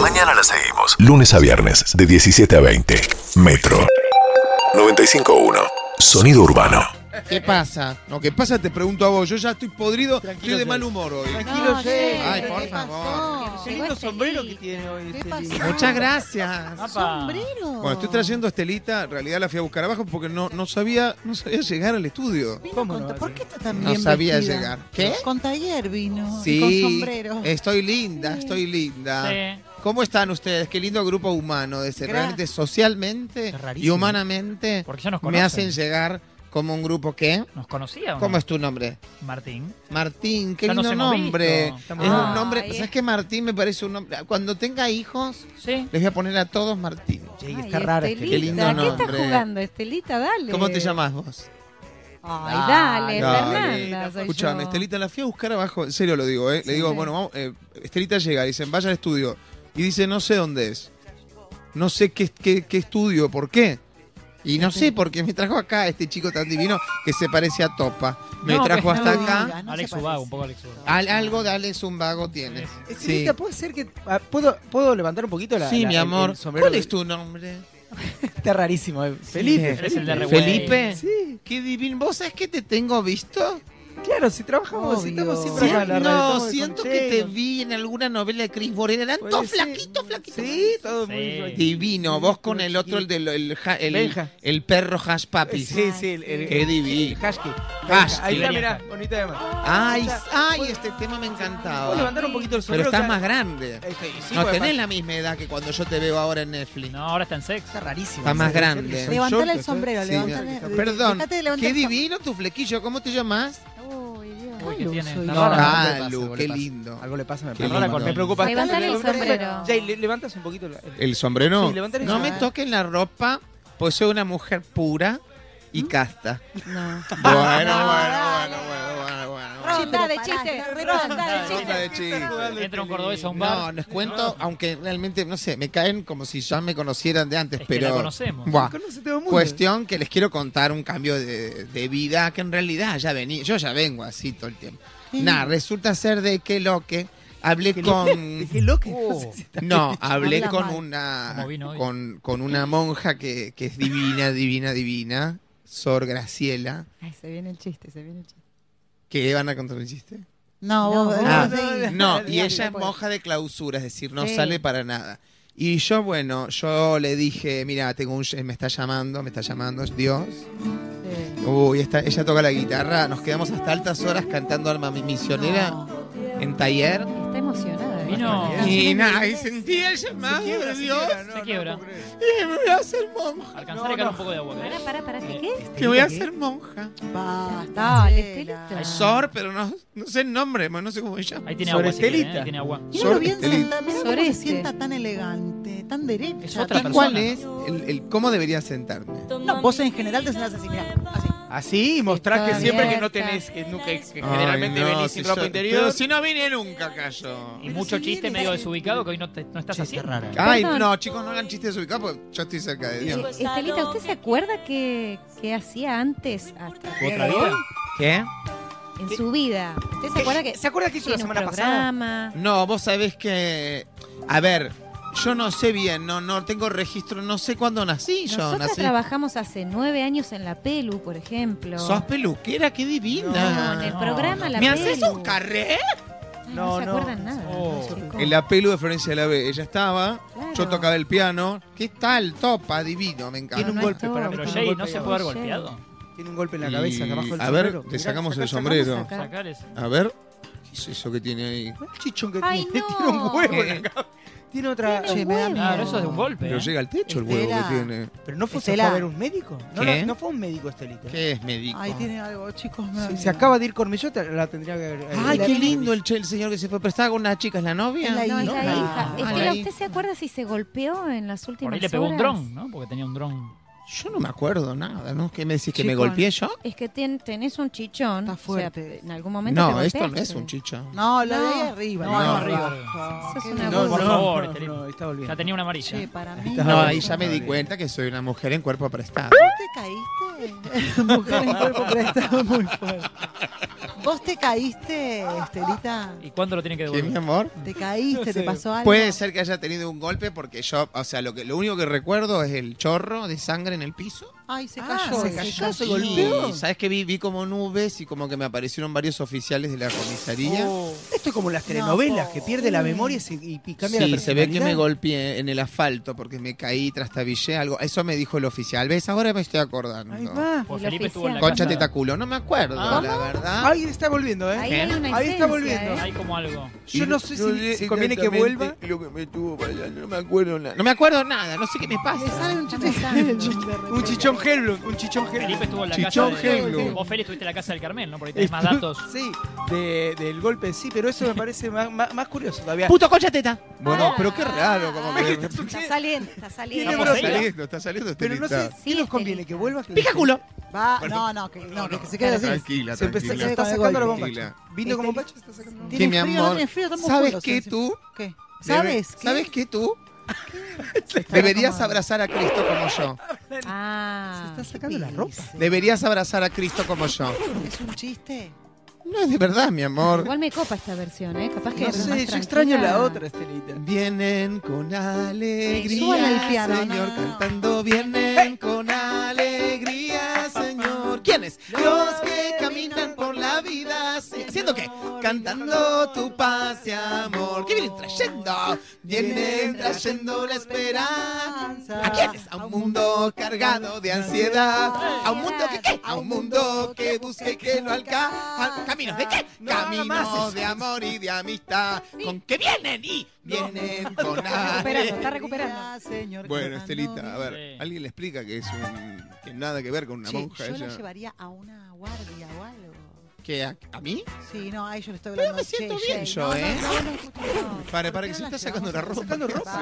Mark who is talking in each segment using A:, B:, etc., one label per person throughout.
A: Mañana la seguimos. Lunes a viernes, de 17 a 20. Metro. 95.1. Sonido urbano.
B: ¿Qué
C: Eh,
B: pasa?
D: No, ¿qué pasa? Te pregunto a vos. Yo ya estoy podrido, estoy de
E: Jess.
D: mal humor hoy.
E: Tranquilo, Jess.
D: Ay, por
E: ¿Qué
D: favor.
E: pasó? Llegó
F: Qué lindo
E: este
F: sombrero que
E: clip.
F: tiene hoy.
E: ¿Qué
F: este
E: pasó?
F: lindo.
B: Muchas
C: Ah,
B: gracias.
F: Apa.
E: Sombrero.
D: Bueno, estoy trayendo a Estelita. En realidad la fui a buscar abajo porque no, no, sabía, no sabía llegar al estudio.
E: Vino
F: ¿Cómo
E: con
F: no
E: ta-
F: va a
E: ¿Por
F: ser?
E: qué está tan
D: No
E: bien
D: sabía
E: vestida?
D: llegar. ¿Qué?
E: Con taller vino. y
D: Sí,
E: Con sombrero.
D: estoy linda, estoy linda. ¿Cómo están ustedes? Qué lindo grupo humano. de ser.
E: Gra-
D: realmente socialmente
C: Es rarísimo.
D: y humanamente
C: Porque ya nos
D: me
C: conocen.
D: hacen llegar como un grupo que...
C: ¿Nos conocía o no?
D: ¿Cómo es tu nombre?
C: Martín.
D: Martín, qué
C: Ya nos
D: lindo
C: hemos
D: nombre.
C: visto.
D: Es
C: Estamos-
D: un
E: Ah.
D: nombre,
E: Ay,
D: ¿sabes
E: es-
D: qué? Martín me parece un nombre. Cuando tenga hijos,
C: Sí.
D: les voy a poner a todos Martín.
E: Ay,
F: Sí, está raro este
E: Estelita,
D: Qué lindo
E: ¿A qué
D: nombre.
E: estás jugando, Estelita? Dale.
D: ¿Cómo te llamas vos?
E: Ay,
D: Dale.
E: dale, Fernanda. soy
D: Escuchame,
E: yo.
D: Estelita, la fui a buscar abajo, en serio lo digo, ¿eh? Le
E: Sí.
D: digo, bueno, vamos, eh, Estelita llega, dicen, vaya al estudio. Y dice, no sé dónde es. No sé qué, qué, qué estudio, por qué. Y no sé por qué me trajo acá este chico tan divino que se parece a Topa. Me
C: No,
D: trajo
C: pues,
D: hasta
E: no
D: acá.
E: digas. Ah, no
C: Alex
E: se
C: Ubago,
E: parece.
C: un poco Alex Ubago.
D: Al- algo de Alex un vago tiene.
F: Eh,
D: Sí,
F: Silvita, ¿puede ser que. ah, ¿puedo, ¿Puedo levantar un poquito la.
D: Sí,
F: la-
D: mi
F: el-
D: amor.
F: el sombrero
D: ¿Cuál
F: que-
D: es tu nombre?
F: Está rarísimo. eh. Felipe.
C: Eres el de Reguay.
D: Felipe.
F: Sí,
D: Qué divino. ¿Vos sabés que te tengo visto?
F: claro, si trabajamos, si
E: Obvio.
F: estamos siempre acá en la
D: Siento,
F: radio,
D: no,
F: estamos
D: siento
F: con
D: que te
F: lleno.
D: vi en alguna novela de Cris Morena. Eran
F: Puede
D: todos
F: ser.
D: flaquitos, flaquitos.
F: Sí, todo
C: Sí.
F: muy.
D: Divino, vos con el otro, el del el, ja- el,
F: Benja.
D: el perro Hash Papi.
F: Sí, sí, el. el
D: Qué divino.
F: el husky.
D: Husky. Ah.
F: Ahí está, mirá,
C: Venía.
F: bonita de más.
D: Ay, ay, este tema me encantaba.
F: ¿Puedo levantar un poquito
D: Pero
F: el sombrero?
D: estás
F: Está-
D: más grande.
F: Este, y sí,
D: No
F: porque
D: tenés
F: pasa-
D: la misma edad que cuando yo te veo ahora en Netflix.
C: No, ahora está en sexo.
F: Está rarísimo.
D: Está más
F: Son
D: grande.
F: shorts, son
E: Levantale el
F: shorts,
E: sombrero,
D: Sí,
E: levantale.
F: mira.
D: Perdón,
E: Dejate de levantar
D: qué
E: el som-
D: divino tu flequillo. ¿Cómo te llamas?
E: Uy, Dios.
C: Uy, que tiene.
E: Ay,
C: Está
E: soy-
F: raro.
D: Calu,
F: Algo le pasa, algo
D: qué
F: le pasa.
D: lindo.
F: Algo le pasa, me
D: Qué
F: preocupa.
C: lindo.
F: Me preocupa.
E: Levantale el
F: Levantale-
E: sombrero.
F: Jay, le- levantas un poquito. la-
D: ¿El sombrero?
F: Sí, levantale el
D: no me
F: sombrero.
D: toquen la ropa, pues soy una mujer pura y casta.
E: No.
D: ¿Mm? Bueno, bueno, bueno, bueno, bueno, bueno. bueno.
E: Ronda de
G: pará,
E: chiste.
G: está re
E: Ronda de
D: Ronda
E: chiste.
D: de chistes.
C: Entra un cordobés a un bar.
D: No, les cuento, aunque realmente, no sé, me caen como si ya me conocieran de antes,
C: Es que
D: pero.
C: la conocemos.
D: Buah.
F: Conoce todo el mundo.
D: Cuestión que les quiero contar un cambio de, de vida que en realidad ya vení, yo ya vengo así todo el tiempo. Nada, resulta ser de que lo que hablé con.
F: Qué loco.
D: No, hablé
E: Habla
D: con
E: mal.
D: una
C: Como vino hoy.
D: con, con una monja que, que es divina, divina, divina, Sor Graciela,
E: Ay, se viene el chiste, se viene el chiste.
D: que van a contar un chiste.
E: No, vos.
D: Ah,
E: vos-
D: No, y
E: Bien,
D: ella es
E: después.
D: monja de clausura, es decir, no
E: Sí.
D: sale para nada. Y yo, bueno, yo le dije, mira, tengo un, me está llamando, me está llamando Dios.
E: Sí.
D: Uy, esta- ella toca la guitarra, nos quedamos hasta altas horas cantando alma Mi- misionera
E: No,
D: en taller.
E: Está emocionada. ¿eh?
C: Vino.
E: Está bien.
D: Y nada, y sentí el llamado de Dios.
C: Se quiebra.
D: Y me voy a hacer monja,
C: Alcanzar a caer un poco de agua.
E: Pará, pará, pará. ¿Qué? qué?
D: que voy a ser monja.
E: Basta,
G: Basta,
E: Estelita.
C: Ay,
D: Sor, pero no, no sé el nombre, no sé cómo ella.
C: Ahí tiene
F: Sobre
C: agua. si quiere,
F: Estelita.
C: ¿eh? Ahí tiene agua.
D: Sor
G: Míralo bien
D: Estelita.
G: sentada, mirá cómo se
E: Soreste.
G: sienta tan elegante, tan derecha.
C: Es otra
D: ¿Y
C: persona.
D: cuál es el, el- cómo debería sentarme?
G: No, vos en general te sentás así, mirá, así.
F: Así, mostrás
E: está
F: que siempre que
E: abierta.
F: no tenés, que nunca, que
D: Ay,
F: generalmente
D: no,
F: venís
D: si
F: sin
D: yo-
F: ropa
D: Pero
F: interior.
D: si no vine nunca, callo.
C: Y mucho chiste medio desubicado que hoy no, te- no estás haciendo.
F: rara.
D: Ay,
E: Perdón.
D: no, chicos, no hagan chistes desubicados porque yo estoy cerca de Dios.
E: Eh, Estelita, ¿usted se acuerda qué, qué hacía antes hasta el
C: ¿Otra
E: día de
C: vida?
E: hoy?
D: ¿Qué?
E: en su vida? ¿Usted se acuerda que
F: ¿Se acuerda que hizo la
E: tiene un
F: semana pasada?
E: programa?
D: No, vos sabés que. A ver, yo no sé bien, no, no tengo registro, no sé cuándo nací yo.
E: Nosotros
D: Nací.
E: trabajamos hace nueve años en la Pelu, por ejemplo.
D: Sos peluquera, qué
E: No, en el
D: divina.
C: No,
E: programa La
D: ¿Me
E: Pelu.
D: haces un carré?
E: Ay, No,
F: No,
E: se
F: no.
E: acuerdan nada.
C: Oh.
E: chicos.
D: El apelo de Florencia de la B, ella estaba,
E: Claro.
D: yo tocaba el piano. ¿Qué tal? Topa, divino, me encanta.
F: Tiene un
E: No, no
F: golpe
E: es
F: para mí.
E: todo.
C: Pero
F: tiene un
C: Jay
F: golpe
C: no se
F: ahí
C: puede haber
E: Jay.
C: golpeado.
F: abajo. Tiene un golpe en la
D: Y-
F: cabeza, acá abajo del
D: a ver,
F: sombrero.
D: te
F: Mirá,
D: sacamos el
F: sacá-
D: sombrero.
E: sacamos acá.
C: Sacales.
D: A ver, ¿qué es eso que tiene ahí?
F: sacá- El chichón que
E: Ay,
F: tiene.
E: no.
F: Tiene un huevo en la cabeza. Tiene otra.
E: Tiene
G: Che,
E: un
G: me da
E: huevo.
C: Claro, eso es de un golpe.
D: Pero
C: ¿eh?
D: llega al techo el huevo
G: Estela.
D: que tiene.
F: Pero no fue, se
G: Estela.
F: fue a ver un médico. No,
D: ¿Qué?
F: no, no fue un médico, Estelita.
D: ¿Qué es médico?
G: Ay, tiene algo, chicos. me da
F: Se, se
G: miedo.
F: acaba de ir Cormillota, la tendría que haber.
D: Ay,
F: eh,
D: qué lindo el, che- el señor que se fue. Pero estaba con una chica, ¿es la novia?
G: Es la
E: No, es
G: hija.
E: la hija.
F: Ah,
E: Estela,
D: ahí.
E: ¿usted se acuerda si se golpeó en las últimas
C: Por ahí
E: horas?
C: le pegó un dron, ¿no? Porque tenía un dron.
D: Yo no me acuerdo nada, ¿no? ¿Qué me decís? ¿Que me
G: Chicos.
D: golpeé yo?
E: Es que ten- tenés un chichón.
G: Está
E: o sea,
G: fuerte.
E: en algún momento
D: No,
E: te
D: esto no
E: golpeaste.
D: es un chicho.
G: No, la de ahí
E: No.
G: arriba.
C: No,
G: la de
C: no,
G: abajo.
C: arriba.
E: Sos
G: Qué
E: una
G: lindo.
F: No,
E: Por
F: no,
C: favor,
F: no,
C: Estelita.
F: no, está volviendo.
C: Ya tenía una amarilla.
G: Che, para mí.
F: Está
D: No,
F: bien,
D: ahí ya
F: está
D: me di
F: bien.
D: cuenta que soy una mujer en cuerpo prestado.
G: ¿Te caíste? Mujer en cuerpo prestado muy fuerte. ¿Vos te caíste, Estelita?
C: ¿Y cuándo lo tienen que
D: ¿Qué, mi
C: devolver?
D: amor?
G: ¿Te caíste?
F: No
G: ¿Te
F: sé.
G: pasó algo?
F: Pues,
D: Puede ser que haya tenido un golpe porque yo, o sea, lo, que, lo único que recuerdo es el chorro de sangre en el piso.
G: Ay, se
F: Ah,
G: cayó.
F: se cayó, se
G: Y-
F: golpeó.
D: Y sabes que vi, vi como nubes y como que me aparecieron varios oficiales de la comisaría.
F: Oh. Esto es como las telenovelas, que pierde la memoria y, se- y y cambia
D: sí,
F: la
D: se ve que me
F: personalidad.
D: golpeé en el asfalto porque me caí, trastabillé algo. Eso me dijo el oficial. ¿Ves? Ahora me estoy acordando.
F: Ahí va.
C: Pues
E: Y la
C: Felipe estuvo en la
D: Concha
C: casa.
D: tetaculo. No me acuerdo,
C: Ah.
D: la verdad.
F: Ahí está volviendo, ¿eh?
E: Ahí
D: ¿Qué?
E: hay una
F: Ahí está
E: esencia,
F: volviendo.
E: ¿eh?
C: Hay como algo.
F: Yo no sé si,
D: sé
F: si conviene que
D: exactamente
F: vuelva.
D: Lo que me tuvo para allá, no me acuerdo nada. No me acuerdo nada, no sé qué me
G: Le
D: pasa.
G: sale un chichón.
F: Un chichón Hellblum, un chichón
C: Felipe
F: Hellblum.
C: estuvo en la
D: Chichón
C: casa. De,
D: Helblum.
C: vos, Félix, estuviste en la casa del Carmel, ¿no? Por ahí tenés más datos.
F: Sí, de- del golpe, sí, pero eso me parece más, más- más curioso todavía.
D: Puto concha teta. Bueno,
E: Ah.
D: pero qué raro, como que.
E: Está saliendo, está saliendo.
F: Tiene
D: Está
F: broca.
D: saliendo, está saliendo este
F: Pero no sé,
D: listado.
F: ¿qué
E: Sí,
F: nos conviene?
E: Felipe.
F: ¿Que vuelva?
D: Pica culo.
G: Va, no, no, que, no, que se quede así.
D: Tranquila,
F: Se empezó-
D: tranquila. Este
F: se está
G: Con el
F: sacando la
G: golpe.
F: bombacha. Vino como pacho, está sacando la bombacha.
D: Que mi
G: Tiene frío, no
D: amor,
G: tiene frío, estamos
D: ¿Sabes
G: juntos,
D: qué
G: sí, sí.
D: tú?
G: ¿Qué? ¿Sabes?
D: Debe-
G: qué?
D: ¿Sabes qué tú?
G: Está
D: Deberías
G: como-
D: abrazar a Cristo como yo.
E: Ah.
F: Se está sacando la ropa.
D: Deberías abrazar a Cristo como yo.
G: ¿Es un chiste?
D: No es de verdad, mi amor.
E: Igual me copa esta versión, ¿eh? Capaz que
F: No
E: es más
F: sé, yo
E: tranquila.
F: extraño la otra, Estelita.
D: Vienen con alegría,
G: Súbale al piano,
D: señor,
G: no, no, no.
D: cantando. Vienen con alegría, señor. ¿Quiénes? Los que caminan por la vida, se- ¿haciendo qué? Cantando tu paz y amor. ¿Qué vienen trayendo? Vienen trayendo la esperanza. ¿A quiénes? A un mundo cargado de ansiedad. ¿A un mundo que qué? A un mundo que busque que lo alcanza. ¿Caminos de qué? Caminos de amor y de amistad. ¿Con qué vienen? Y vienen con
E: Recuperando,
D: alegría.
E: está recuperando.
G: Señor,
D: Bueno,
G: cantando
D: Estelita, a ver,
C: Sí.
D: ¿alguien le explica que es un. que nada que ver con una
G: Che,
D: monja
G: yo
D: ella?
G: lo llevaría a una guardia o algo.
D: ¿Que a, a mí?
G: Sí, no, ahí yo le estoy
D: Pero
G: hablando.
D: me siento
G: che,
D: bien
G: che,
D: yo,
G: no,
D: ¿eh?
G: No, no, no, no, no.
D: Pare, pare,
G: ¿Por
D: que se
G: qué
D: está
G: la
D: sacando la
G: llevamos?
D: ropa.
F: Sacando ropa.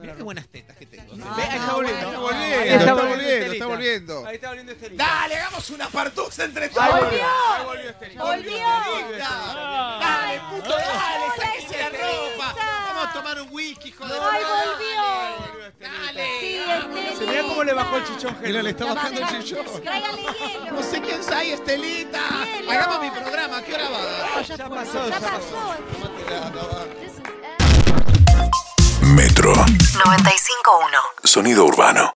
D: Mirá qué buenas tetas que tengo.
G: No,
F: Ve, ahí está
G: no,
F: volviendo,
G: bueno,
F: está
D: está
F: volviendo, está
G: no, bueno.
D: volviendo, está
F: Estelita.
D: volviendo.
F: Ahí está volviendo Estelita.
D: ¡Dale, hagamos una partusa entre
F: Ahí
D: todos!
F: Ahí volvió Estelita.
E: ¡Volvió!
F: Estelita. Ah.
D: ¡Dale, puto, dale! ¡Sáquense la ropa! ¡Vamos a tomar un whisky, hijo de
E: ¡Ay,
D: puta.
E: volvió! Sí, este,
D: ¡Dale!
F: Se vea cómo le bajó el chichón
D: Mira, le
F: Hellblum.
D: está bajando el chichón.
E: Tráigale hielo.
D: No sé quién soy, Estelita.
E: Hielo.
D: Hagamos mi programa, ¿a ¿qué hora va?
F: Ya pasó,
E: Ya
F: ya pasó.
E: pasó.
A: Metro 95.1. Sonido urbano.